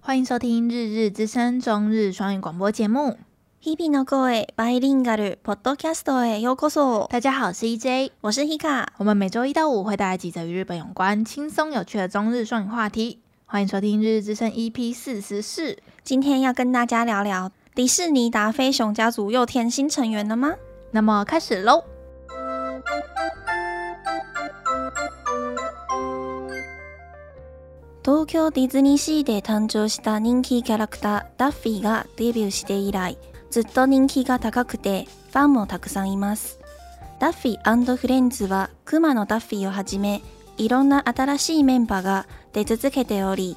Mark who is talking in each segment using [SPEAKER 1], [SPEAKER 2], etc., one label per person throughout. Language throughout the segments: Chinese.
[SPEAKER 1] 欢迎收听《日日之声》中日双语广播节目。
[SPEAKER 2] 日々の声バイリンガルポッドキャストへようこそ。
[SPEAKER 1] 大家好，我是 EJ，
[SPEAKER 2] 我是 Hika。
[SPEAKER 1] 我们每周一到五会带来几则与日本有关、轻松有趣的中日双语话题。欢迎收听《日日之声》EP 四十四。
[SPEAKER 2] 今天要跟大家聊聊迪士尼达菲熊家族又添新成员了吗？
[SPEAKER 1] 那么开始喽！
[SPEAKER 2] 東京ディズニーシーで誕生した人気キャラクターダッフィーがデビューして以来ずっと人気が高くてファンもたくさんいますダッフィーフレンズはクマのダッフィーをはじめいろんな新しいメンバーが出続けており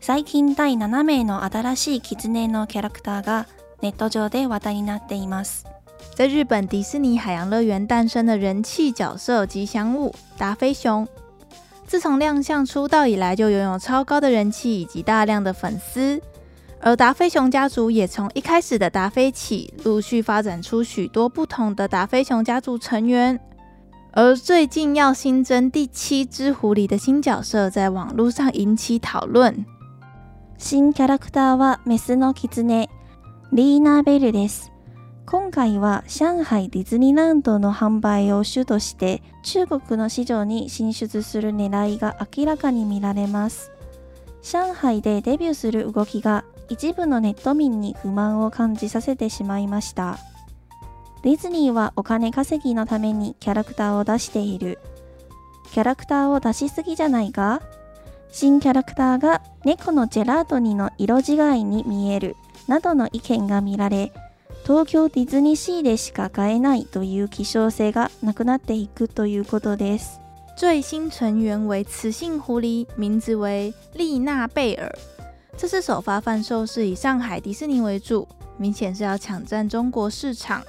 [SPEAKER 2] 最近第7名の新しいキツネのキャラクターがネット上で話題になっています
[SPEAKER 1] 在日本迪士尼海洋乐园诞生的人气角色吉祥物达菲熊，自从亮相出道以来，就拥有超高的人气以及大量的粉丝。而达菲熊家族也从一开始的达菲起，陆续发展出许多不同的达菲熊家族成员。而最近要新增第七只狐狸的新角色，在网络上引起讨论。
[SPEAKER 2] 新キャラクターはメスのキツネリーナ・ベルです今回は上海ディズニーランドの販売を主として中国の市場に進出する狙いが明らかに見られます上海でデビューする動きが一部のネット民に不満を感じさせてしまいましたディズニーはお金稼ぎのためにキャラクターを出しているキャラクターを出しすぎじゃないか新キャラクターが猫のジェラートニの色違いに見えるなどの意見が見られ東京ディズニーシーでしか買えないという希少性がなくなっていくということです。
[SPEAKER 1] 最新成员为雌性狐狸，名字为丽娜贝尔。这次首发贩售是以上海迪士尼为主，明显是要抢占中国市场。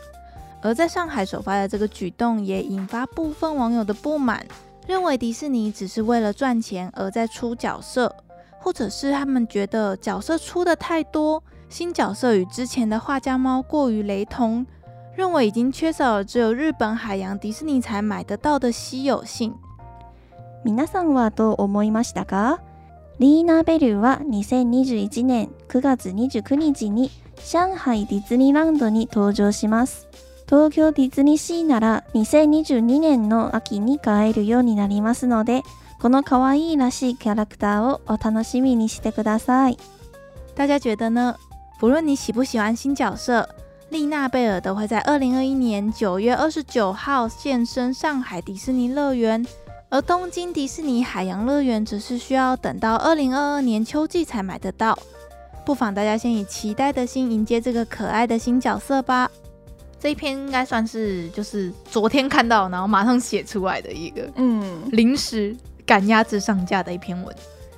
[SPEAKER 1] 而在上海首发的这个举动，也引发部分网友的不满，认为迪士尼只是为了赚钱而在出角色，或者是他们觉得角色出的太多，新角色与之前的画家猫过于雷同，认为已经缺少了只有日本海洋迪士尼才买得到的稀有性。
[SPEAKER 2] 皆さんはどう思いましたかリーナ・ベルは2021年9月29日に上海ディズニーランドに登場します。東京ディズニーシーなら2022年の秋に買えるようになりますので、この可愛いらしいキャラクターをお楽しみにしてください。
[SPEAKER 1] 大家觉得呢？不论你喜不喜欢新角色，丽娜贝尔都会在二零二一年九月二十九号现身上海迪士尼乐园，而东京迪士尼海洋乐园只是需要等到二零二二年秋季才买得到。不妨大家先以期待的心迎接这个可爱的新角色吧。这一篇应该算是就是昨天看到，然后马上写出来的一个
[SPEAKER 2] うん、
[SPEAKER 1] 临时赶鸭子上架的一篇文。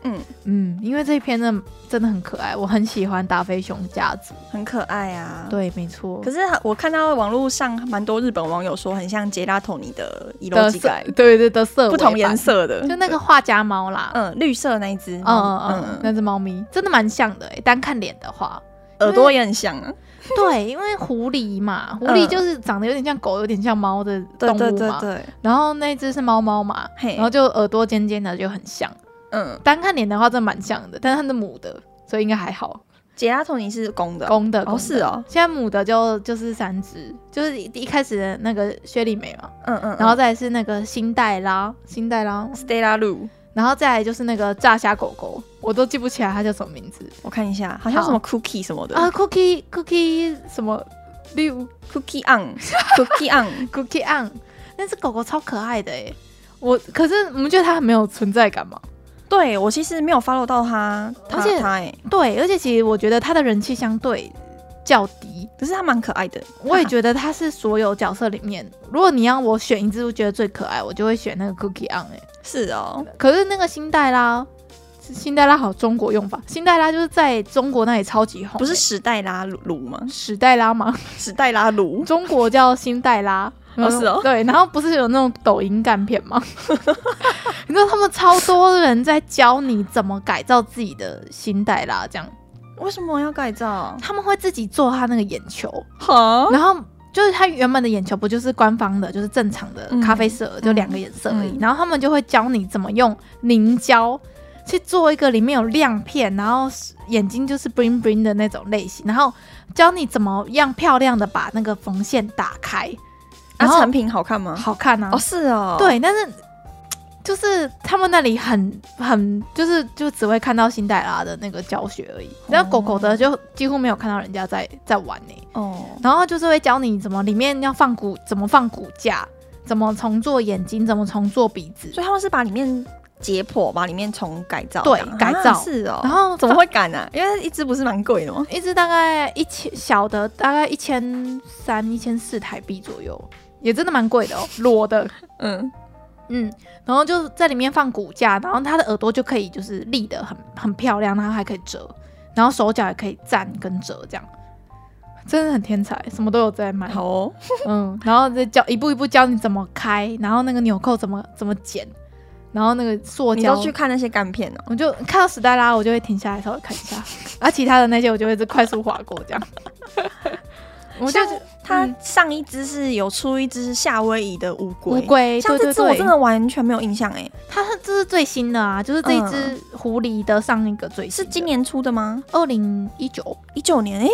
[SPEAKER 2] うん、
[SPEAKER 1] 嗯，因为这一篇呢真的很可爱，我很喜欢达菲熊家族。
[SPEAKER 3] 很可爱啊。。
[SPEAKER 1] 对，没错。
[SPEAKER 3] 可是我看到网络上蛮多日本网友说，很像杰拉托尼的伊洛
[SPEAKER 1] 的
[SPEAKER 3] 基
[SPEAKER 1] 色
[SPEAKER 3] 盖，，
[SPEAKER 1] 对对的色，
[SPEAKER 3] 不同颜，色的，
[SPEAKER 1] 就那个画家猫啦。嗯
[SPEAKER 3] 嗯绿色那一只，
[SPEAKER 1] 嗯嗯，
[SPEAKER 3] 嗯，
[SPEAKER 1] 那只猫咪真的蛮像的诶，欸单看脸的 话，
[SPEAKER 3] 耳朵也很像啊，
[SPEAKER 1] 对，因为狐狸嘛，狐狸
[SPEAKER 3] 嗯
[SPEAKER 1] 就是长得有点像狗，有点像猫的
[SPEAKER 3] 对
[SPEAKER 1] 动
[SPEAKER 3] 嗯对
[SPEAKER 1] 物
[SPEAKER 3] 对
[SPEAKER 1] 嘛。
[SPEAKER 3] 对，
[SPEAKER 1] 然后那只是猫猫嘛，
[SPEAKER 3] 嘿
[SPEAKER 1] 然后就耳朵尖尖的，就很像。
[SPEAKER 3] 嗯，
[SPEAKER 1] 单看脸的话，真的蛮像的，但是它是母的，所以应该还好。
[SPEAKER 3] 杰拉托尼是公的哦，
[SPEAKER 1] 公的，公
[SPEAKER 3] 哦
[SPEAKER 1] 的
[SPEAKER 3] 是哦，
[SPEAKER 1] 现在母的就就是三只，就是一一开始的那个薛丽梅嘛，
[SPEAKER 3] 嗯嗯，
[SPEAKER 1] 然后再来是那个辛黛拉，辛黛拉
[SPEAKER 3] Stella Lu，
[SPEAKER 1] 然后再来就是那个炸虾狗狗，我都记不起来它叫什么名字
[SPEAKER 3] 我看一下，好像
[SPEAKER 1] 好
[SPEAKER 3] 什么 Cookie 什么的
[SPEAKER 1] 啊，Cookie Cookie 什么六
[SPEAKER 3] ，Cookie on，Cookie on，
[SPEAKER 1] Cookie on，那只狗狗超可爱的哎，我可是我们觉得它很没有存在感嘛，
[SPEAKER 3] 对我其实没有 follow 到他，
[SPEAKER 1] 而
[SPEAKER 3] 他
[SPEAKER 1] 且
[SPEAKER 3] 他哎，
[SPEAKER 1] 对，而且其实我觉得它的人气相对较 低，
[SPEAKER 3] 可是他蛮可爱的，
[SPEAKER 1] 我也觉得它是所有角色里面，如果你让我选一只我觉得最可爱，我就会选那个 Cookie on 哎，
[SPEAKER 3] 是 哦，
[SPEAKER 1] 可是那个辛黛拉。辛黛拉好，中国用法。辛黛拉就是在中国那里超级红欸，
[SPEAKER 3] 不是史黛拉鲁 吗？
[SPEAKER 1] 史黛 拉吗？
[SPEAKER 3] 史黛拉鲁，
[SPEAKER 1] 中国叫辛黛拉，
[SPEAKER 3] 哦是哦
[SPEAKER 1] 对，然后不是有那种抖音干片吗？ 你知道他们超多人在教你怎么改造自己的辛黛拉，这样
[SPEAKER 3] 为什么要改造？啊
[SPEAKER 1] 他们会自己做他那个眼球，
[SPEAKER 2] 哦
[SPEAKER 3] 好，
[SPEAKER 1] 然后就是他原本的眼球不就是官方的，就是正常的
[SPEAKER 3] 嗯
[SPEAKER 1] 咖啡色，就两个颜色而已，
[SPEAKER 3] 嗯
[SPEAKER 1] 然后他们就会教你怎么用凝胶。去做一个里面有亮片，然后眼睛就是 bling bling 的那种类型，然后教你怎么样漂亮的把那个缝线打开，
[SPEAKER 2] 那
[SPEAKER 1] 然后
[SPEAKER 2] 啊产品好看吗？
[SPEAKER 1] 好看啊。
[SPEAKER 2] 哦，是哦，，
[SPEAKER 1] 对，但是就是他们那里很很就是就只会看到辛黛拉的那个教学而已，然后狗狗的就几乎没有看到人家在在玩欸呢、
[SPEAKER 2] 哦，
[SPEAKER 1] 然后就是会教你怎么里面要放骨，怎么放骨架，怎么重做眼睛，怎么重做鼻子，
[SPEAKER 2] 所以他们是把里面解剖，把里面重改造这
[SPEAKER 1] 对
[SPEAKER 2] 样，
[SPEAKER 1] 改
[SPEAKER 2] 啊
[SPEAKER 1] 造
[SPEAKER 2] 是哦，
[SPEAKER 1] 然后
[SPEAKER 2] 怎么会改呢？因为一只不是蛮贵的吗？
[SPEAKER 1] 一只大概一千小的大概一千三、一千四台币左右，也真的蛮贵的哦，裸的，
[SPEAKER 2] 嗯，
[SPEAKER 1] 嗯，然后就在里面放骨架，然后它的耳朵就可以就是立得很很漂亮，然后还可以折，然后手脚也可以站跟折这样。真的很天才，什么都有在卖。
[SPEAKER 2] 好哦，
[SPEAKER 1] 嗯，然后再教一步一步教你怎么开，然后那个纽扣怎么怎么剪，然后那个塑
[SPEAKER 2] 你
[SPEAKER 1] 胶
[SPEAKER 2] 都，去看那些干片哦，
[SPEAKER 1] 我就看到史黛拉，我就会停下来稍微看一下，而、其他的那些我就会是快速划过这 样。我就
[SPEAKER 2] 像它
[SPEAKER 1] 嗯
[SPEAKER 2] 上一只是有出一只夏威夷的乌龟，
[SPEAKER 1] 乌龟，
[SPEAKER 2] 像
[SPEAKER 1] 对
[SPEAKER 2] 这
[SPEAKER 1] 对
[SPEAKER 2] 只我
[SPEAKER 1] 对，
[SPEAKER 2] 真的完全没有印象哎，
[SPEAKER 1] 它是这是最新的啊，就是这一只狐狸的上一个最新
[SPEAKER 2] 是
[SPEAKER 1] 的
[SPEAKER 2] 今年出的吗？
[SPEAKER 1] 二零一九
[SPEAKER 2] 一九年哎，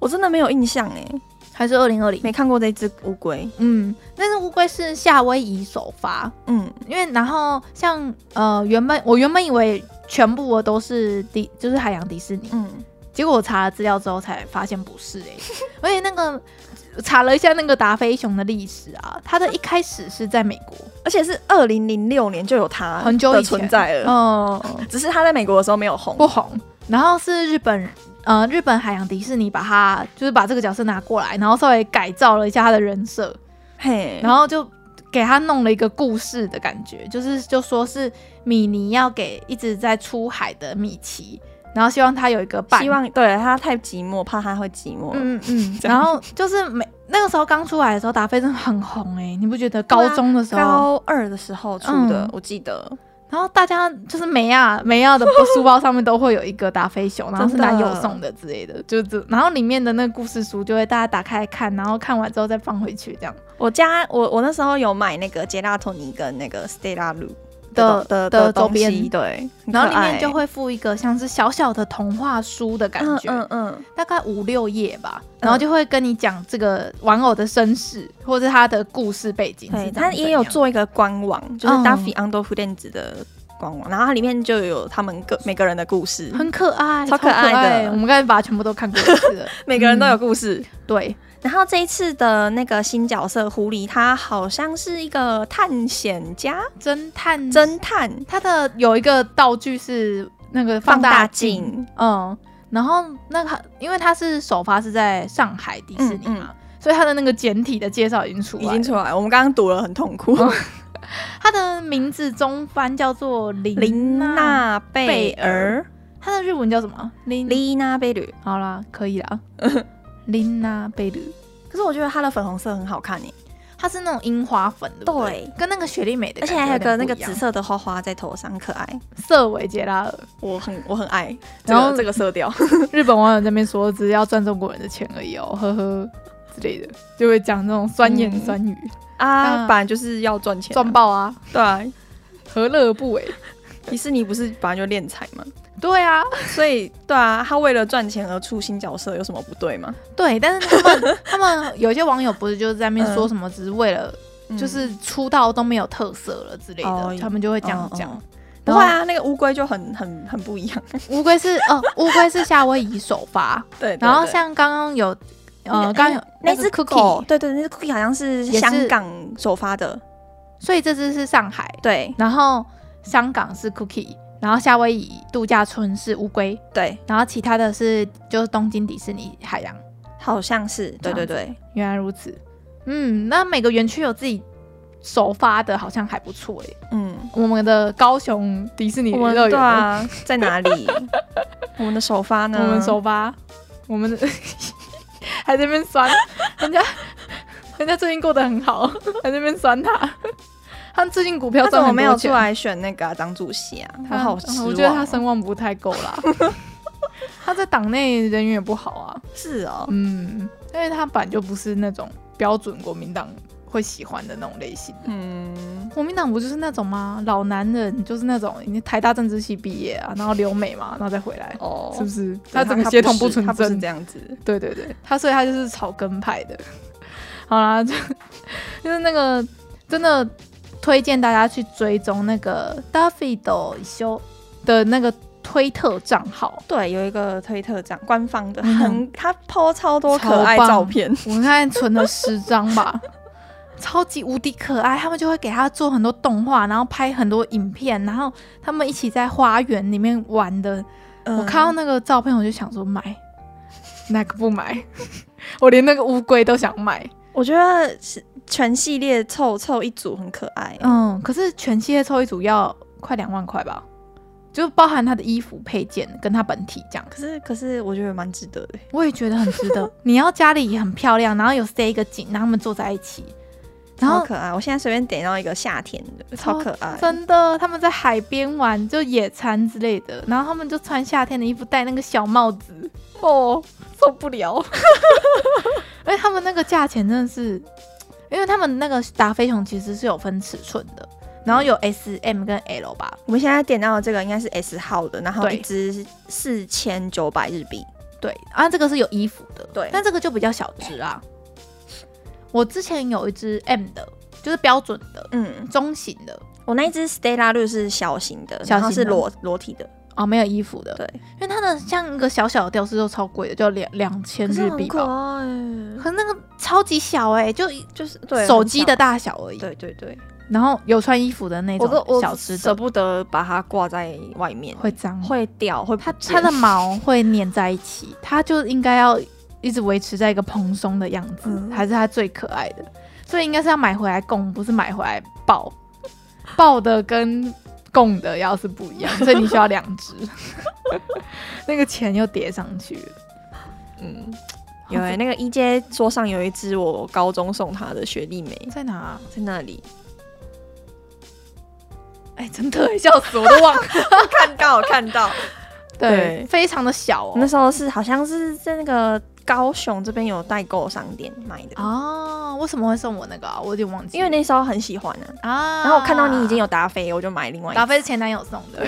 [SPEAKER 2] 我真的没有印象哎，
[SPEAKER 1] 还是二零二零？
[SPEAKER 2] 没看过这只乌龟，
[SPEAKER 1] 嗯，那只乌龟是夏威夷首发，
[SPEAKER 2] 嗯，
[SPEAKER 1] 因为然后像呃原本我原本以为全部的都是迪就是海洋迪士尼，
[SPEAKER 2] 嗯，
[SPEAKER 1] 结果我查了资料之后才发现不是哎、 而且那个查了一下那个达菲熊的历史啊，它的一开始是在美国，
[SPEAKER 2] 而且是二零零六年就有它
[SPEAKER 1] 很久以
[SPEAKER 2] 的
[SPEAKER 1] 前
[SPEAKER 2] 存在了，
[SPEAKER 1] 哦、
[SPEAKER 2] 只是它在美国的时候没有红。
[SPEAKER 1] 不红，然后是日本。呃，日本海洋迪士尼把它就是把这个角色拿过来，然后稍微改造了一下他的人设，
[SPEAKER 2] 嘿，
[SPEAKER 1] 然后就给他弄了一个故事的感觉，就是就说是米妮要给一直在出海的米奇，然后希望他有一个伴，
[SPEAKER 2] 希望对它太寂寞，怕它会寂寞。
[SPEAKER 1] 嗯嗯嗯，
[SPEAKER 2] 这样
[SPEAKER 1] 然后就是每那个时候刚出来的时候，达菲真的很红哎、你不觉得
[SPEAKER 2] 对啊
[SPEAKER 1] 高中的时候，
[SPEAKER 2] 高二的时候出的，
[SPEAKER 1] 嗯
[SPEAKER 2] 我记得
[SPEAKER 1] 然后大家就是美亚美亚的书包上面都会有一个达菲 熊，然后是男友送的之类的，就是这然后里面的那个故事书就会大家打开来看，然后看完之后再放回去这样
[SPEAKER 2] 我家我我那时候有买那个杰拉托尼跟那个 Stella Lu
[SPEAKER 1] 的
[SPEAKER 2] 的
[SPEAKER 1] 的周
[SPEAKER 2] 东西
[SPEAKER 1] 边。
[SPEAKER 2] 对，很
[SPEAKER 1] 然后
[SPEAKER 2] 可
[SPEAKER 1] 里面
[SPEAKER 2] 爱
[SPEAKER 1] 就会附一个像是小小的童话书的感觉，
[SPEAKER 2] 嗯嗯嗯，
[SPEAKER 1] 大概五六页吧，然后就会跟你讲这个玩偶的身世或者他的故事背景是
[SPEAKER 2] 对，
[SPEAKER 1] 长
[SPEAKER 2] 它也有
[SPEAKER 1] 怎样
[SPEAKER 2] 做一个官网，就是
[SPEAKER 1] 嗯
[SPEAKER 2] Duffy Underwood a n 的官网，然后它里面就有他们各每个人的故事，
[SPEAKER 1] 很可爱，
[SPEAKER 2] 超
[SPEAKER 1] 超
[SPEAKER 2] 可爱的
[SPEAKER 1] 我们刚才把它全部都看过一次 了，
[SPEAKER 2] 每个人都有故事。
[SPEAKER 1] 对，
[SPEAKER 2] 嗯然后这一次的那个新角色狐狸，它好像是一个探险家、
[SPEAKER 1] 侦探
[SPEAKER 2] 侦探、
[SPEAKER 1] 它的有一个道具是那个
[SPEAKER 2] 放
[SPEAKER 1] 大
[SPEAKER 2] 大，镜，
[SPEAKER 1] 嗯，然后那个因为它是首发是在上海迪士尼嘛，所以它的那个简体的介绍已经出
[SPEAKER 2] 嗯已
[SPEAKER 1] 来
[SPEAKER 2] 经
[SPEAKER 1] 了，
[SPEAKER 2] 出来了。我们刚刚读了，很痛苦。
[SPEAKER 1] 它的名字中翻叫做林
[SPEAKER 2] 琳娜贝尔，
[SPEAKER 1] 它的日文叫什么？林
[SPEAKER 2] 琳娜贝吕。
[SPEAKER 1] 好啦，可以 啦。林娜贝鲁，
[SPEAKER 2] 可是我觉得她的粉红色很好看耶，
[SPEAKER 1] 它是那种樱花粉，对不对？
[SPEAKER 2] 对
[SPEAKER 1] 跟那个雪莉美的
[SPEAKER 2] 而
[SPEAKER 1] 感
[SPEAKER 2] 且
[SPEAKER 1] 觉
[SPEAKER 2] 还
[SPEAKER 1] 点
[SPEAKER 2] 有
[SPEAKER 1] 不一样，
[SPEAKER 2] 个那个紫色的花花在头上，很可爱。
[SPEAKER 1] 色维杰拉尔。
[SPEAKER 2] 我很我很 爱这
[SPEAKER 1] 然后
[SPEAKER 2] 个这个色调。
[SPEAKER 1] 日本网友在那边说，只是要赚中国人的钱而已哦， 呵呵之类的，就会讲那种酸言酸语， 嗯
[SPEAKER 2] 啊，本来就是要赚钱啊，
[SPEAKER 1] 赚爆啊，
[SPEAKER 2] 对啊，
[SPEAKER 1] 何乐而不为？
[SPEAKER 2] 迪士尼不是本来就敛财嘛，
[SPEAKER 1] 对啊，
[SPEAKER 2] 所以对啊，他为了赚钱而出新角色，有什么不对吗？
[SPEAKER 1] 对，但是他们 他们有些网友不是就是在那边说什么，只是为了、
[SPEAKER 2] 嗯
[SPEAKER 1] 就是出道都没有特色了之类的，
[SPEAKER 2] 哦
[SPEAKER 1] 他们就会这样
[SPEAKER 2] 哦哦
[SPEAKER 1] 讲。
[SPEAKER 2] 不会啊，那个乌龟就很很很不一样。
[SPEAKER 1] 乌龟是 哦，乌龟是夏威夷首发，
[SPEAKER 2] 对，对
[SPEAKER 1] 然后
[SPEAKER 2] 对
[SPEAKER 1] 像刚刚有呃，刚刚有
[SPEAKER 2] 那
[SPEAKER 1] 个
[SPEAKER 2] 只
[SPEAKER 1] Cookie，
[SPEAKER 2] 狗，对对，那只 cookie 好像是
[SPEAKER 1] 也是
[SPEAKER 2] 香港首发的，
[SPEAKER 1] 所以这只是上海，
[SPEAKER 2] 对
[SPEAKER 1] 然后香港是 Cookie，然后夏威夷度假村是乌龟，
[SPEAKER 2] 对，
[SPEAKER 1] 然后其他的是就是东京迪士尼海洋。
[SPEAKER 2] 好像是，对
[SPEAKER 1] 这
[SPEAKER 2] 对
[SPEAKER 1] 样子
[SPEAKER 2] 对，
[SPEAKER 1] 原来如此，嗯，那每个园区有自己首发的，好像还不错诶。
[SPEAKER 2] 嗯，
[SPEAKER 1] 我们的高雄迪士尼
[SPEAKER 2] 我
[SPEAKER 1] 乐
[SPEAKER 2] 们
[SPEAKER 1] 园
[SPEAKER 2] 对
[SPEAKER 1] 的，
[SPEAKER 2] 啊， 在哪里？我们的首发呢？
[SPEAKER 1] 我们首发，我们 的还在那边酸人家，人家最近过得很好， 还在那边酸他。他最近股票
[SPEAKER 2] 他怎
[SPEAKER 1] 赚
[SPEAKER 2] 么
[SPEAKER 1] 很
[SPEAKER 2] 没有
[SPEAKER 1] 多
[SPEAKER 2] 出
[SPEAKER 1] 钱，
[SPEAKER 2] 来选那个啊党主席啊？我
[SPEAKER 1] 他
[SPEAKER 2] 好失望。哦
[SPEAKER 1] 我觉得他声望不太够啦。 他在党内人缘也不好啊，
[SPEAKER 2] 是哦，
[SPEAKER 1] 嗯，因为他本来就不是那种标准国民党会喜欢的那种类型的。
[SPEAKER 2] 嗯，
[SPEAKER 1] 国民党不就是那种吗？老男人就是那种，你台大政治系毕业啊，然后留美嘛，然后再回来，
[SPEAKER 2] 哦
[SPEAKER 1] 是不是？
[SPEAKER 2] 对
[SPEAKER 1] 他整个血统
[SPEAKER 2] 不是
[SPEAKER 1] 纯
[SPEAKER 2] 他不是
[SPEAKER 1] 正
[SPEAKER 2] 这，样子。
[SPEAKER 1] 对对对，他所以他就是草根派的。 好啦，就 就是那个真的推荐大家去追踪那个 David 修的那个推特账号。
[SPEAKER 2] 对，有一个推特账，官方的，
[SPEAKER 1] 嗯
[SPEAKER 2] 很他 PO 超多可爱
[SPEAKER 1] 超棒
[SPEAKER 2] 照片，
[SPEAKER 1] 我看存了十张 吧，超级无敌可爱。他们就会给他做很多动画，然后拍很多影片，然后他们一起在花园里面玩的。
[SPEAKER 2] 嗯
[SPEAKER 1] 我看到那个照片，我就想说 买，哪嗯个不买？ 我连那个乌龟都想买。
[SPEAKER 2] 我觉得是全系列凑凑一组很可爱。
[SPEAKER 1] 嗯，可是全系列抽一组要快两万块吧，就包含他的衣服配件跟他本体这样。
[SPEAKER 2] 可是可是我觉得蛮值得的。
[SPEAKER 1] 我也觉得很值 得。你要家里很漂亮，然后有塞一个景，然后他们坐在一起，然
[SPEAKER 2] 超
[SPEAKER 1] 后
[SPEAKER 2] 可爱！我现在随便点到一个夏天的，超可爱。
[SPEAKER 1] 真的，他们在海边玩就野餐之类的，然后他们就穿夏天的衣服，戴那个小帽子，哦，受不了。而且他们那个价钱真的是，因为他们那个达菲熊其实是有分尺寸的，然后有 S、M 跟 L 吧，
[SPEAKER 2] 我们现在点到的这个应该是 S 号的，然后
[SPEAKER 1] 对
[SPEAKER 2] 一只四千九百日币。
[SPEAKER 1] 对，啊，这个是有衣服的，
[SPEAKER 2] 对
[SPEAKER 1] 但这个就比较小只啊。我之前有一只 M 的，就是标准的
[SPEAKER 2] 嗯，
[SPEAKER 1] 中型的
[SPEAKER 2] 我那一只 Stella Blue 是小型的，
[SPEAKER 1] 小型的
[SPEAKER 2] 然后是裸裸体的，
[SPEAKER 1] 哦，没有衣服的，
[SPEAKER 2] 对，
[SPEAKER 1] 因为它的像一个小小的吊饰就超贵的，就两两千日币吧，
[SPEAKER 2] 爱，
[SPEAKER 1] 可是那个超级小哎、就
[SPEAKER 2] 就是对
[SPEAKER 1] 手机的，大小而已
[SPEAKER 2] 很小，对对对，
[SPEAKER 1] 然后有穿衣服的那
[SPEAKER 2] 我
[SPEAKER 1] 种
[SPEAKER 2] 我
[SPEAKER 1] 小只
[SPEAKER 2] 舍
[SPEAKER 1] 的
[SPEAKER 2] 不得把它挂在外面，
[SPEAKER 1] 会脏，
[SPEAKER 2] 会掉，会
[SPEAKER 1] 它
[SPEAKER 2] 不见
[SPEAKER 1] 它的毛会粘在一起，它就应该要一直维持在一个蓬松的样子，
[SPEAKER 2] 嗯
[SPEAKER 1] 还是它最可爱的，所以应该是要买回来供，不是买回来抱。抱的跟供的要是不一样，所以你需要两只， 那个钱又叠上去了。
[SPEAKER 2] 嗯。有哎、那个一阶桌上有一只我高中送他的雪莉梅，
[SPEAKER 1] 在哪啊、
[SPEAKER 2] 在那 里
[SPEAKER 1] 哎、真的耶笑死我都忘了。
[SPEAKER 2] 看到看到，
[SPEAKER 1] 对
[SPEAKER 2] 对，
[SPEAKER 1] 非常的小
[SPEAKER 2] 我那
[SPEAKER 1] 哦。
[SPEAKER 2] 时候是好像是在那个高雄这边有代购商店买的，
[SPEAKER 1] 哦，为什么会送我那个啊？我有点忘记了，
[SPEAKER 2] 因为那时候很喜欢啊。
[SPEAKER 1] 啊，
[SPEAKER 2] 然后我看到你已经有达菲，我就买另外一
[SPEAKER 1] 达
[SPEAKER 2] 个。
[SPEAKER 1] 菲是前男友送的，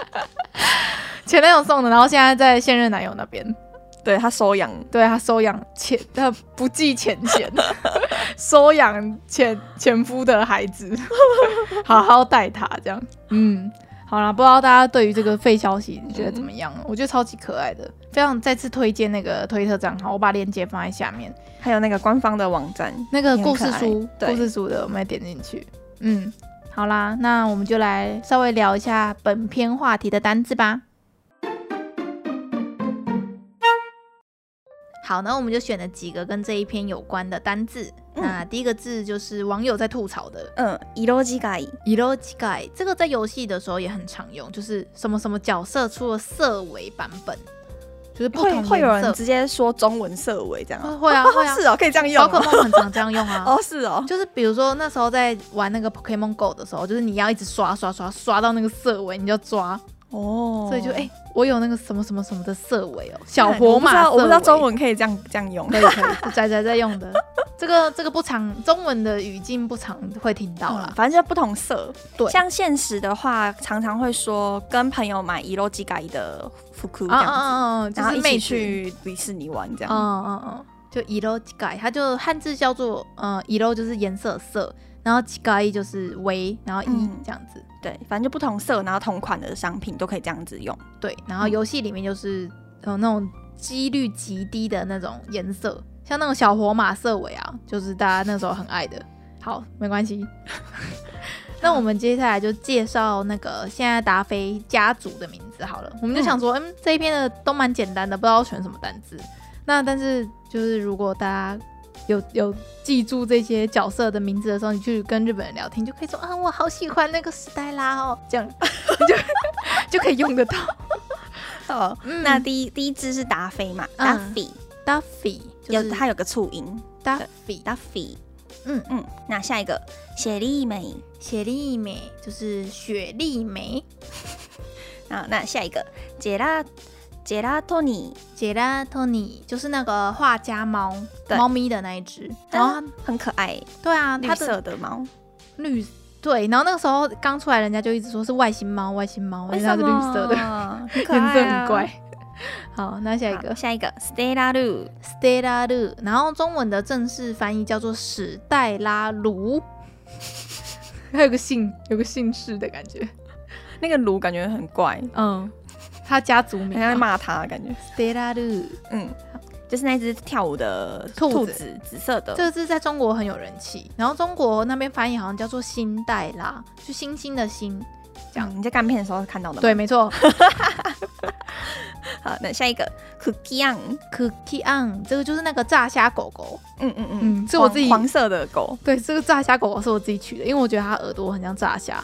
[SPEAKER 1] 前男友送的，然后现在在现任男友那边，
[SPEAKER 2] 对他收养，
[SPEAKER 1] 对他收养前他不计前嫌， 收养前前夫的孩子， 好好带他这样，嗯。好啦，不知道大家对于这个废消息你觉得怎么样？我觉得超级可爱的，非常再次推荐那个推特账号，我把链接放在下面。
[SPEAKER 2] 还有那个官方的网站。
[SPEAKER 1] 那个
[SPEAKER 2] 也很
[SPEAKER 1] 故
[SPEAKER 2] 可
[SPEAKER 1] 事
[SPEAKER 2] 爱
[SPEAKER 1] 书，
[SPEAKER 2] 对
[SPEAKER 1] 故事书的我们也点进去。嗯，好啦，那我们就来稍微聊一下本篇话题的单字吧。好，那我们就选了几个跟这一篇有关的单字。
[SPEAKER 2] 嗯
[SPEAKER 1] 那第一个字就是网友在吐槽的
[SPEAKER 2] 嗯，伊洛基盖，
[SPEAKER 1] “イロチガイ”，这个在游戏的时候也很常用，就是什么什么角色出了色违版本，就是不
[SPEAKER 2] 会
[SPEAKER 1] 同
[SPEAKER 2] 会有
[SPEAKER 1] 颜色
[SPEAKER 2] 人。直接说中文色尾这样
[SPEAKER 1] 会
[SPEAKER 2] 啊？
[SPEAKER 1] 会 啊会啊
[SPEAKER 2] 是，哦，可以这样用
[SPEAKER 1] 宝可
[SPEAKER 2] 哦。
[SPEAKER 1] 梦很常这样用啊。
[SPEAKER 2] 哦，是哦，
[SPEAKER 1] 就是比如说那时候在玩那个 Pokemon Go 的时候，就是你要一直刷刷刷刷到那个色尾，你就要抓，
[SPEAKER 2] 哦
[SPEAKER 1] 所以就哎、我有那个什么什么什么的色尾哦，小火马色
[SPEAKER 2] 我不知道，我不知道
[SPEAKER 1] 尾
[SPEAKER 2] 中文可以这样这样用。
[SPEAKER 1] 可以可以，仔仔在用的， 这个这个不常中文的语境不常会听到啦
[SPEAKER 2] 嗯，反正就不同色。
[SPEAKER 1] 对
[SPEAKER 2] 像现实的话，常常会说跟朋友买伊洛基盖的服裤嗯这
[SPEAKER 1] 啊
[SPEAKER 2] 样
[SPEAKER 1] 啊
[SPEAKER 2] 子，
[SPEAKER 1] 啊啊，就
[SPEAKER 2] 然后
[SPEAKER 1] 是
[SPEAKER 2] 一
[SPEAKER 1] 妹
[SPEAKER 2] 起
[SPEAKER 1] 子，
[SPEAKER 2] 去迪士尼玩这样。
[SPEAKER 1] 嗯嗯嗯，就 iro g a i 它就汉字叫做呃 iro 就是颜色色，然后 g a i 就是为，然后一
[SPEAKER 2] 嗯
[SPEAKER 1] 这样子，
[SPEAKER 2] 对，反正就不同色，然后同款的商品都可以这样子用。
[SPEAKER 1] 对，然后游戏里面就是有那种几率极低的那种颜色，像那种小火马色尾啊，就是大家那时候很爱的。好，没关系。那我们接下来就介绍那个现在达菲家族的名字好了。我们就想说，嗯，这一篇的都蛮简单的，不知道选什么单字。那但是就是如果大家有有记住这些角色的名字的时候，你去跟日本人聊天，你就可以说啊，我好喜欢那个史黛拉哦，这样你就就可以用得到。
[SPEAKER 2] 哦，那第一第一只是达菲嘛，
[SPEAKER 1] 嗯
[SPEAKER 2] 达菲、
[SPEAKER 1] Duffy，就
[SPEAKER 2] 有
[SPEAKER 1] 是
[SPEAKER 2] 它有个促音，
[SPEAKER 1] Duffy，
[SPEAKER 2] 达菲。
[SPEAKER 1] 嗯
[SPEAKER 2] 嗯，那下一个雪莉美，
[SPEAKER 1] 雪莉梅就是雪莉梅
[SPEAKER 2] 啊，那下一个杰拉
[SPEAKER 4] 杰拉托尼，
[SPEAKER 1] 杰拉托尼就是那个画家猫，
[SPEAKER 4] 对
[SPEAKER 1] 猫咪的那一只。然后
[SPEAKER 2] 啊
[SPEAKER 4] 然后很可爱，
[SPEAKER 1] 它对啊，
[SPEAKER 4] 绿
[SPEAKER 1] 哦它的
[SPEAKER 4] 色的猫，
[SPEAKER 1] 绿对，然后那个时候刚出来，人家就一直说是外星猫，外星猫，因为它是绿色的，
[SPEAKER 4] 很可
[SPEAKER 1] 颜
[SPEAKER 4] 爱、
[SPEAKER 1] 色
[SPEAKER 4] 啊，
[SPEAKER 1] 很怪。 好，那下一
[SPEAKER 4] 好
[SPEAKER 1] 个
[SPEAKER 4] 下一个 Stella Lu，
[SPEAKER 1] Stella Lu，然后中文的正式翻译叫做史黛拉卢， 还有个姓，有个姓氏的感觉。
[SPEAKER 2] 那个卢感觉很怪，
[SPEAKER 1] 嗯，他家族名啊
[SPEAKER 2] 人家在骂他感觉。
[SPEAKER 1] Stella Lu，
[SPEAKER 2] 嗯，就是那只跳舞的
[SPEAKER 1] 兔子
[SPEAKER 2] 兔子，紫色的。
[SPEAKER 1] 这个字在中国很有人气，然后中国那边翻译好像叫做星黛拉，就星星的星。这样
[SPEAKER 2] 嗯你在干片的时候看到的。
[SPEAKER 1] 对，，没错
[SPEAKER 2] 好，那下一个 Cookie Ang，
[SPEAKER 1] ，Cookie On，这个就是那个炸虾狗狗。
[SPEAKER 2] 嗯嗯嗯，
[SPEAKER 1] 嗯，是我自己
[SPEAKER 2] 黄黄色的狗，
[SPEAKER 1] 对，这个炸虾狗狗是我自己取的，因为我觉得它耳朵很像炸虾。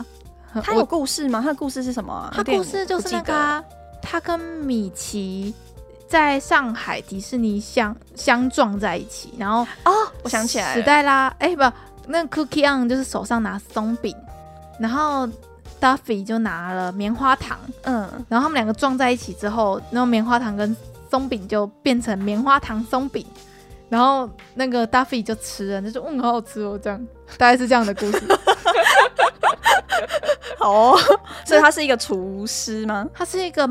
[SPEAKER 2] 它有
[SPEAKER 1] 嗯我
[SPEAKER 2] 故事吗？它的故事是什么啊？
[SPEAKER 1] 它
[SPEAKER 2] 有点
[SPEAKER 1] 故事就
[SPEAKER 2] 不
[SPEAKER 1] 是
[SPEAKER 2] 记
[SPEAKER 1] 那
[SPEAKER 2] 得
[SPEAKER 1] 个啊、它跟米奇在上海迪士尼相相撞在一起，然后
[SPEAKER 2] 哦，我想起来
[SPEAKER 1] 史
[SPEAKER 2] 了，
[SPEAKER 1] 黛拉，哎、不，那 Cookie On 就是手上拿松饼，然后 Duffy 就拿了棉花糖，
[SPEAKER 2] 嗯，
[SPEAKER 1] 然后他们两个撞在一起之后，然后棉花糖跟松饼就变成棉花糖松饼，然后那个 Duffy 就吃了，就说嗯，好好吃哦，这 样大概是这样的故事。
[SPEAKER 2] 好哦， 所以它是一个厨师吗？
[SPEAKER 1] 它是一个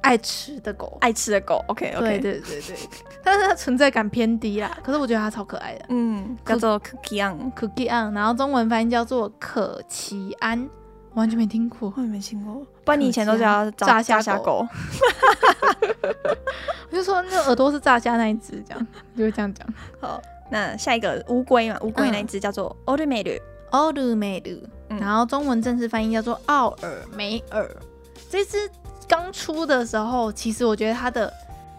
[SPEAKER 1] 爱吃的狗，
[SPEAKER 2] 爱吃的狗，OK
[SPEAKER 1] 对
[SPEAKER 2] OK，
[SPEAKER 1] 对对对，但是它存在感偏低啦。可是我觉得它超可爱的。
[SPEAKER 2] 嗯，叫做 Cookie Ang，
[SPEAKER 1] Cookie On，然后中文翻译叫做可奇安，完全没听过。
[SPEAKER 2] 我也没听过，不然你以前都
[SPEAKER 1] 可
[SPEAKER 2] 叫它
[SPEAKER 1] 惜啊
[SPEAKER 2] 炸
[SPEAKER 1] 炸
[SPEAKER 2] 炸
[SPEAKER 1] 虾
[SPEAKER 2] 虾
[SPEAKER 1] 狗
[SPEAKER 2] 狗，
[SPEAKER 1] 我就说那耳朵是炸虾那一只，这样就会这样讲。
[SPEAKER 2] 好。那下一个乌龟嘛，乌
[SPEAKER 1] 嗯
[SPEAKER 2] 龟那一只叫做 o l d m e r
[SPEAKER 1] 奥鲁美鲁，
[SPEAKER 2] 嗯
[SPEAKER 1] 然后中文正式翻译叫做奥尔梅尔。这只刚出的时候，其实我觉得它的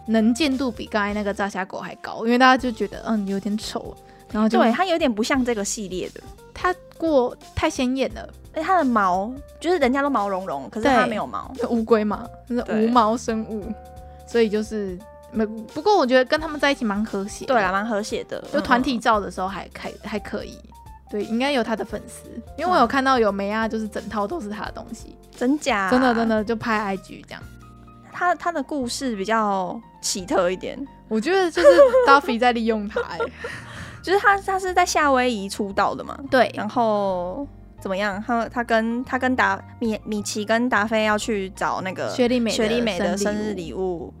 [SPEAKER 1] 能见度比刚才那个炸虾狗还高，因为大家就觉得嗯有点丑，然后就
[SPEAKER 2] 对，它有点不像这个系列的，
[SPEAKER 1] 它过太鲜艳了。
[SPEAKER 2] 而且它的毛就是人家都毛茸茸，可是
[SPEAKER 1] 对
[SPEAKER 2] 它没有毛，
[SPEAKER 1] 乌龟嘛，就是
[SPEAKER 2] 对
[SPEAKER 1] 无毛生物，所以就是没。不过我觉得跟他们在一起蛮和谐。
[SPEAKER 2] 对啊啦，，蛮和谐的，
[SPEAKER 1] 就团体
[SPEAKER 2] 嗯
[SPEAKER 1] 照的时候还还还可以。对，应该有他的粉丝，因为
[SPEAKER 2] 嗯
[SPEAKER 1] 我有看到有梅亚，就是整套都是他的东西，
[SPEAKER 2] 真假，
[SPEAKER 1] 真的真，的就拍 IG 这样。
[SPEAKER 2] 它它的故事比较奇特一点，
[SPEAKER 1] 我觉得就是 Duffy 在利用他、 哎，
[SPEAKER 2] 就是他他是在夏威夷出道的嘛，
[SPEAKER 1] 对
[SPEAKER 2] 然后怎么样？他他跟他跟达米米奇跟达菲要去找那个
[SPEAKER 1] 雪莉美的
[SPEAKER 2] 雪莉美的
[SPEAKER 1] 生
[SPEAKER 2] 生
[SPEAKER 1] 日
[SPEAKER 2] 日
[SPEAKER 1] 礼
[SPEAKER 2] 礼物，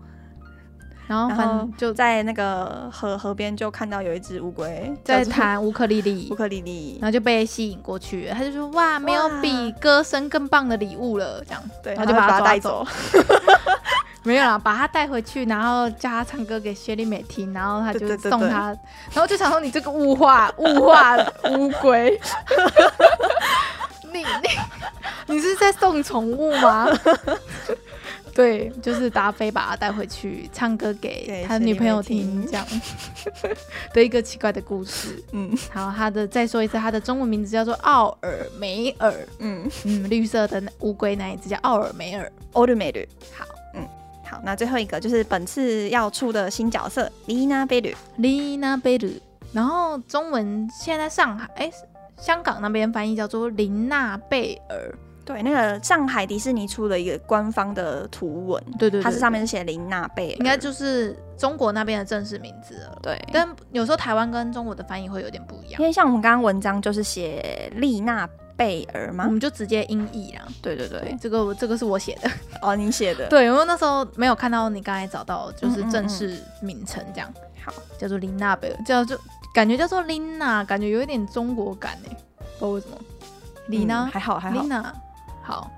[SPEAKER 1] 然后
[SPEAKER 2] 然
[SPEAKER 1] 反
[SPEAKER 2] 后
[SPEAKER 1] 正就
[SPEAKER 2] 在那个河河边就看到有一只乌龟
[SPEAKER 1] 在
[SPEAKER 2] 弹
[SPEAKER 1] 弹乌克丽丽
[SPEAKER 2] 乌，克丽丽
[SPEAKER 1] 然，后就被吸引过去了，他就说哇，没有
[SPEAKER 2] 哇
[SPEAKER 1] 比歌声更棒的礼物了，这样。
[SPEAKER 2] 对，
[SPEAKER 1] 然后
[SPEAKER 2] 然
[SPEAKER 1] 就
[SPEAKER 2] 后
[SPEAKER 1] 把它
[SPEAKER 2] 把
[SPEAKER 1] 抓
[SPEAKER 2] 带
[SPEAKER 1] 走
[SPEAKER 2] 走。
[SPEAKER 1] 没有啦，把他带回去，然后叫他唱歌给薛丽美听，然后他就
[SPEAKER 2] 对对对
[SPEAKER 1] 送他，然后就想说你这个物 化物化乌龟，你你你是在送宠物 吗？对，就是达菲把他带回去唱歌给
[SPEAKER 2] 给
[SPEAKER 1] 他女朋友
[SPEAKER 2] 薛莉
[SPEAKER 1] 听，
[SPEAKER 2] 美听
[SPEAKER 1] 这样 的一个奇怪的故事。
[SPEAKER 2] 嗯
[SPEAKER 1] 好，他的再说一次，他的中文名字叫做奥尔梅尔，
[SPEAKER 2] 嗯，
[SPEAKER 1] 嗯，绿色的那乌龟那一只叫奥尔梅尔。
[SPEAKER 2] 欧的美女。
[SPEAKER 1] 好，
[SPEAKER 2] 嗯，好，那最后一个就是本次要出的新角色丽娜贝吕。
[SPEAKER 1] Lina b e l 然后中文现在上海哎、香港那边翻译叫做林娜贝尔，
[SPEAKER 2] 对，那个上海迪士尼出了一个官方的图文，
[SPEAKER 1] 对对
[SPEAKER 2] 它是上面是写琳娜贝尔，
[SPEAKER 1] 应该就是中国那边的正式名字了。
[SPEAKER 2] 对，
[SPEAKER 1] 但有时候台湾跟中国的翻译会有点不一样
[SPEAKER 2] 因，为像我们刚刚文章就是写丽娜贝尔
[SPEAKER 1] 我
[SPEAKER 2] 嘛，
[SPEAKER 1] 们就直接音译啦。
[SPEAKER 2] 对对
[SPEAKER 1] 嗯对
[SPEAKER 2] 啊对，，
[SPEAKER 1] 这个我这个是我写的。
[SPEAKER 2] 哦，你写的，
[SPEAKER 1] 对，因为那时候没有看到你刚才找到就是
[SPEAKER 2] 嗯嗯
[SPEAKER 1] 正式名称这样，
[SPEAKER 2] 好，
[SPEAKER 1] 叫做林娜贝尔，叫就感觉叫做琳娜，感觉有一点中国感哎、不知道为什么。李娜、
[SPEAKER 2] 嗯还好还好，
[SPEAKER 1] Lina，好，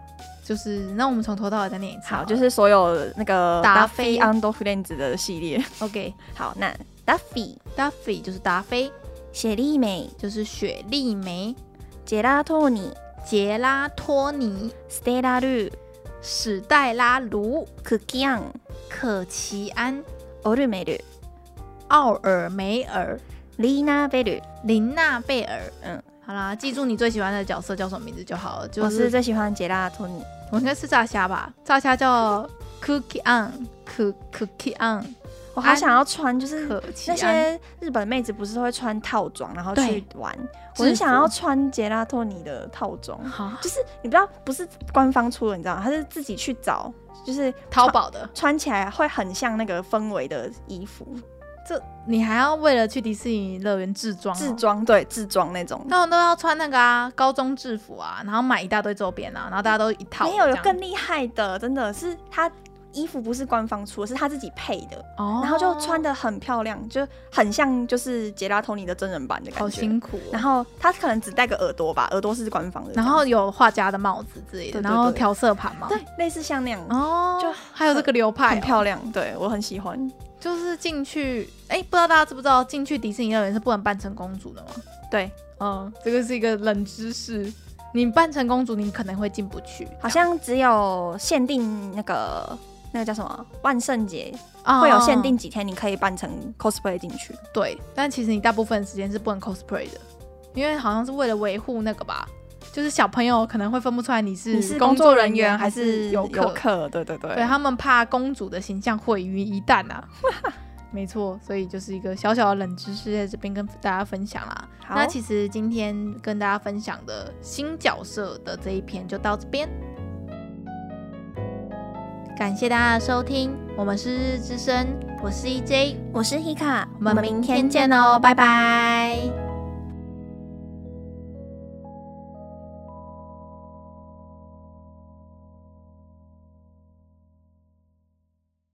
[SPEAKER 1] 就是那我们从头到尾再念一次了。
[SPEAKER 2] 好，就是所有那个
[SPEAKER 1] 达
[SPEAKER 2] 达
[SPEAKER 1] 菲
[SPEAKER 2] 菲 Under Friends 的系列，
[SPEAKER 1] OK，Duffy
[SPEAKER 2] 好，那 Duffy、
[SPEAKER 1] 就是达菲，
[SPEAKER 2] 雪莉美、
[SPEAKER 1] 就是雪莉梅、
[SPEAKER 2] 杰拉托尼、
[SPEAKER 1] 杰拉托尼、
[SPEAKER 2] Stella Lu、
[SPEAKER 1] 史黛拉卢、
[SPEAKER 2] Cookie Ang、
[SPEAKER 1] 可奇安、
[SPEAKER 2] 欧瑞美吕、
[SPEAKER 1] 奥尔梅尔、
[SPEAKER 2] 丽娜贝吕，
[SPEAKER 1] 琳娜贝尔。
[SPEAKER 2] 嗯，
[SPEAKER 1] 好啦，记住你最喜欢的角色叫什么名字就好了。就
[SPEAKER 2] 我
[SPEAKER 1] 是
[SPEAKER 2] 是最喜欢杰拉托尼，
[SPEAKER 1] 我应该是炸虾吧，炸虾叫 Cookie On，Cookie On。
[SPEAKER 2] 我好想要穿，就是
[SPEAKER 1] 可期
[SPEAKER 2] 嗯那
[SPEAKER 1] 安
[SPEAKER 2] 些日本妹子不是都会穿套装然后
[SPEAKER 1] 对
[SPEAKER 2] 去玩，我是
[SPEAKER 1] 制
[SPEAKER 2] 想要
[SPEAKER 1] 服
[SPEAKER 2] 穿杰拉托尼的套装，
[SPEAKER 1] 好
[SPEAKER 2] 就是你不知道不是官方出的，你知道吗？他是自己去找，就是
[SPEAKER 1] 淘宝的，
[SPEAKER 2] 穿起来会很像那个氛围的衣服，
[SPEAKER 1] 这你还要为了去迪士尼乐园制装、哦
[SPEAKER 2] 制。装对制装哦那种。
[SPEAKER 1] 他们都要穿那个啊，高中制服啊，然后买一大堆周边啊，然后大家都一套的
[SPEAKER 2] 没
[SPEAKER 1] 这
[SPEAKER 2] 有
[SPEAKER 1] 样。
[SPEAKER 2] 有更厉害的，真的是他衣服不是官方出的，是他自己配的，
[SPEAKER 1] 哦，
[SPEAKER 2] 然后就穿的很漂亮，就很像就是杰拉托尼的真人版的感觉。
[SPEAKER 1] 好辛苦哦、
[SPEAKER 2] 然后他可能只戴个耳朵吧，耳朵是官方的，
[SPEAKER 1] 然后有画家的帽子之类的，
[SPEAKER 2] 对对对
[SPEAKER 1] 然后调色盘嘛。
[SPEAKER 2] 对，类似像那样，
[SPEAKER 1] 哦，
[SPEAKER 2] 就
[SPEAKER 1] 还有这个流派、
[SPEAKER 2] 很
[SPEAKER 1] 哦，
[SPEAKER 2] 漂亮，对我很喜欢。
[SPEAKER 1] 就是进去，哎、不知道大家知不知道，进去迪士尼乐园是不能扮成公主的吗？
[SPEAKER 2] 对，呃
[SPEAKER 1] 嗯，这个是一个冷知识。你扮成公主，你可能会进不去，
[SPEAKER 2] 好像只有限定那个那个叫什么啊万圣节
[SPEAKER 1] 哦
[SPEAKER 2] 会有限定几天，你可以扮成 cosplay 进去。
[SPEAKER 1] 对，但其实你大部分时间是不能 cosplay 的，因为好像是为了维护那个吧，就是小朋友可能会分不出来你
[SPEAKER 2] 你
[SPEAKER 1] 是
[SPEAKER 2] 是
[SPEAKER 1] 嗯工
[SPEAKER 2] 工
[SPEAKER 1] 作
[SPEAKER 2] 作
[SPEAKER 1] 人
[SPEAKER 2] 人
[SPEAKER 1] 员
[SPEAKER 2] 员
[SPEAKER 1] 还
[SPEAKER 2] 还
[SPEAKER 1] 是
[SPEAKER 2] 是
[SPEAKER 1] 游
[SPEAKER 2] 游
[SPEAKER 1] 客，
[SPEAKER 2] 客？对对对
[SPEAKER 1] 对他们怕公主的形象毁于一旦 啊。没错，所以就是一个小小的冷知识在这边跟大家分享啦。
[SPEAKER 2] 好
[SPEAKER 1] 那其实今天跟大家分享的新角色的这一篇就到这边，感谢大家的收听，我们是日之声，我是 E EJ，
[SPEAKER 4] 我是 Hika，
[SPEAKER 1] 我们明天见哦，拜拜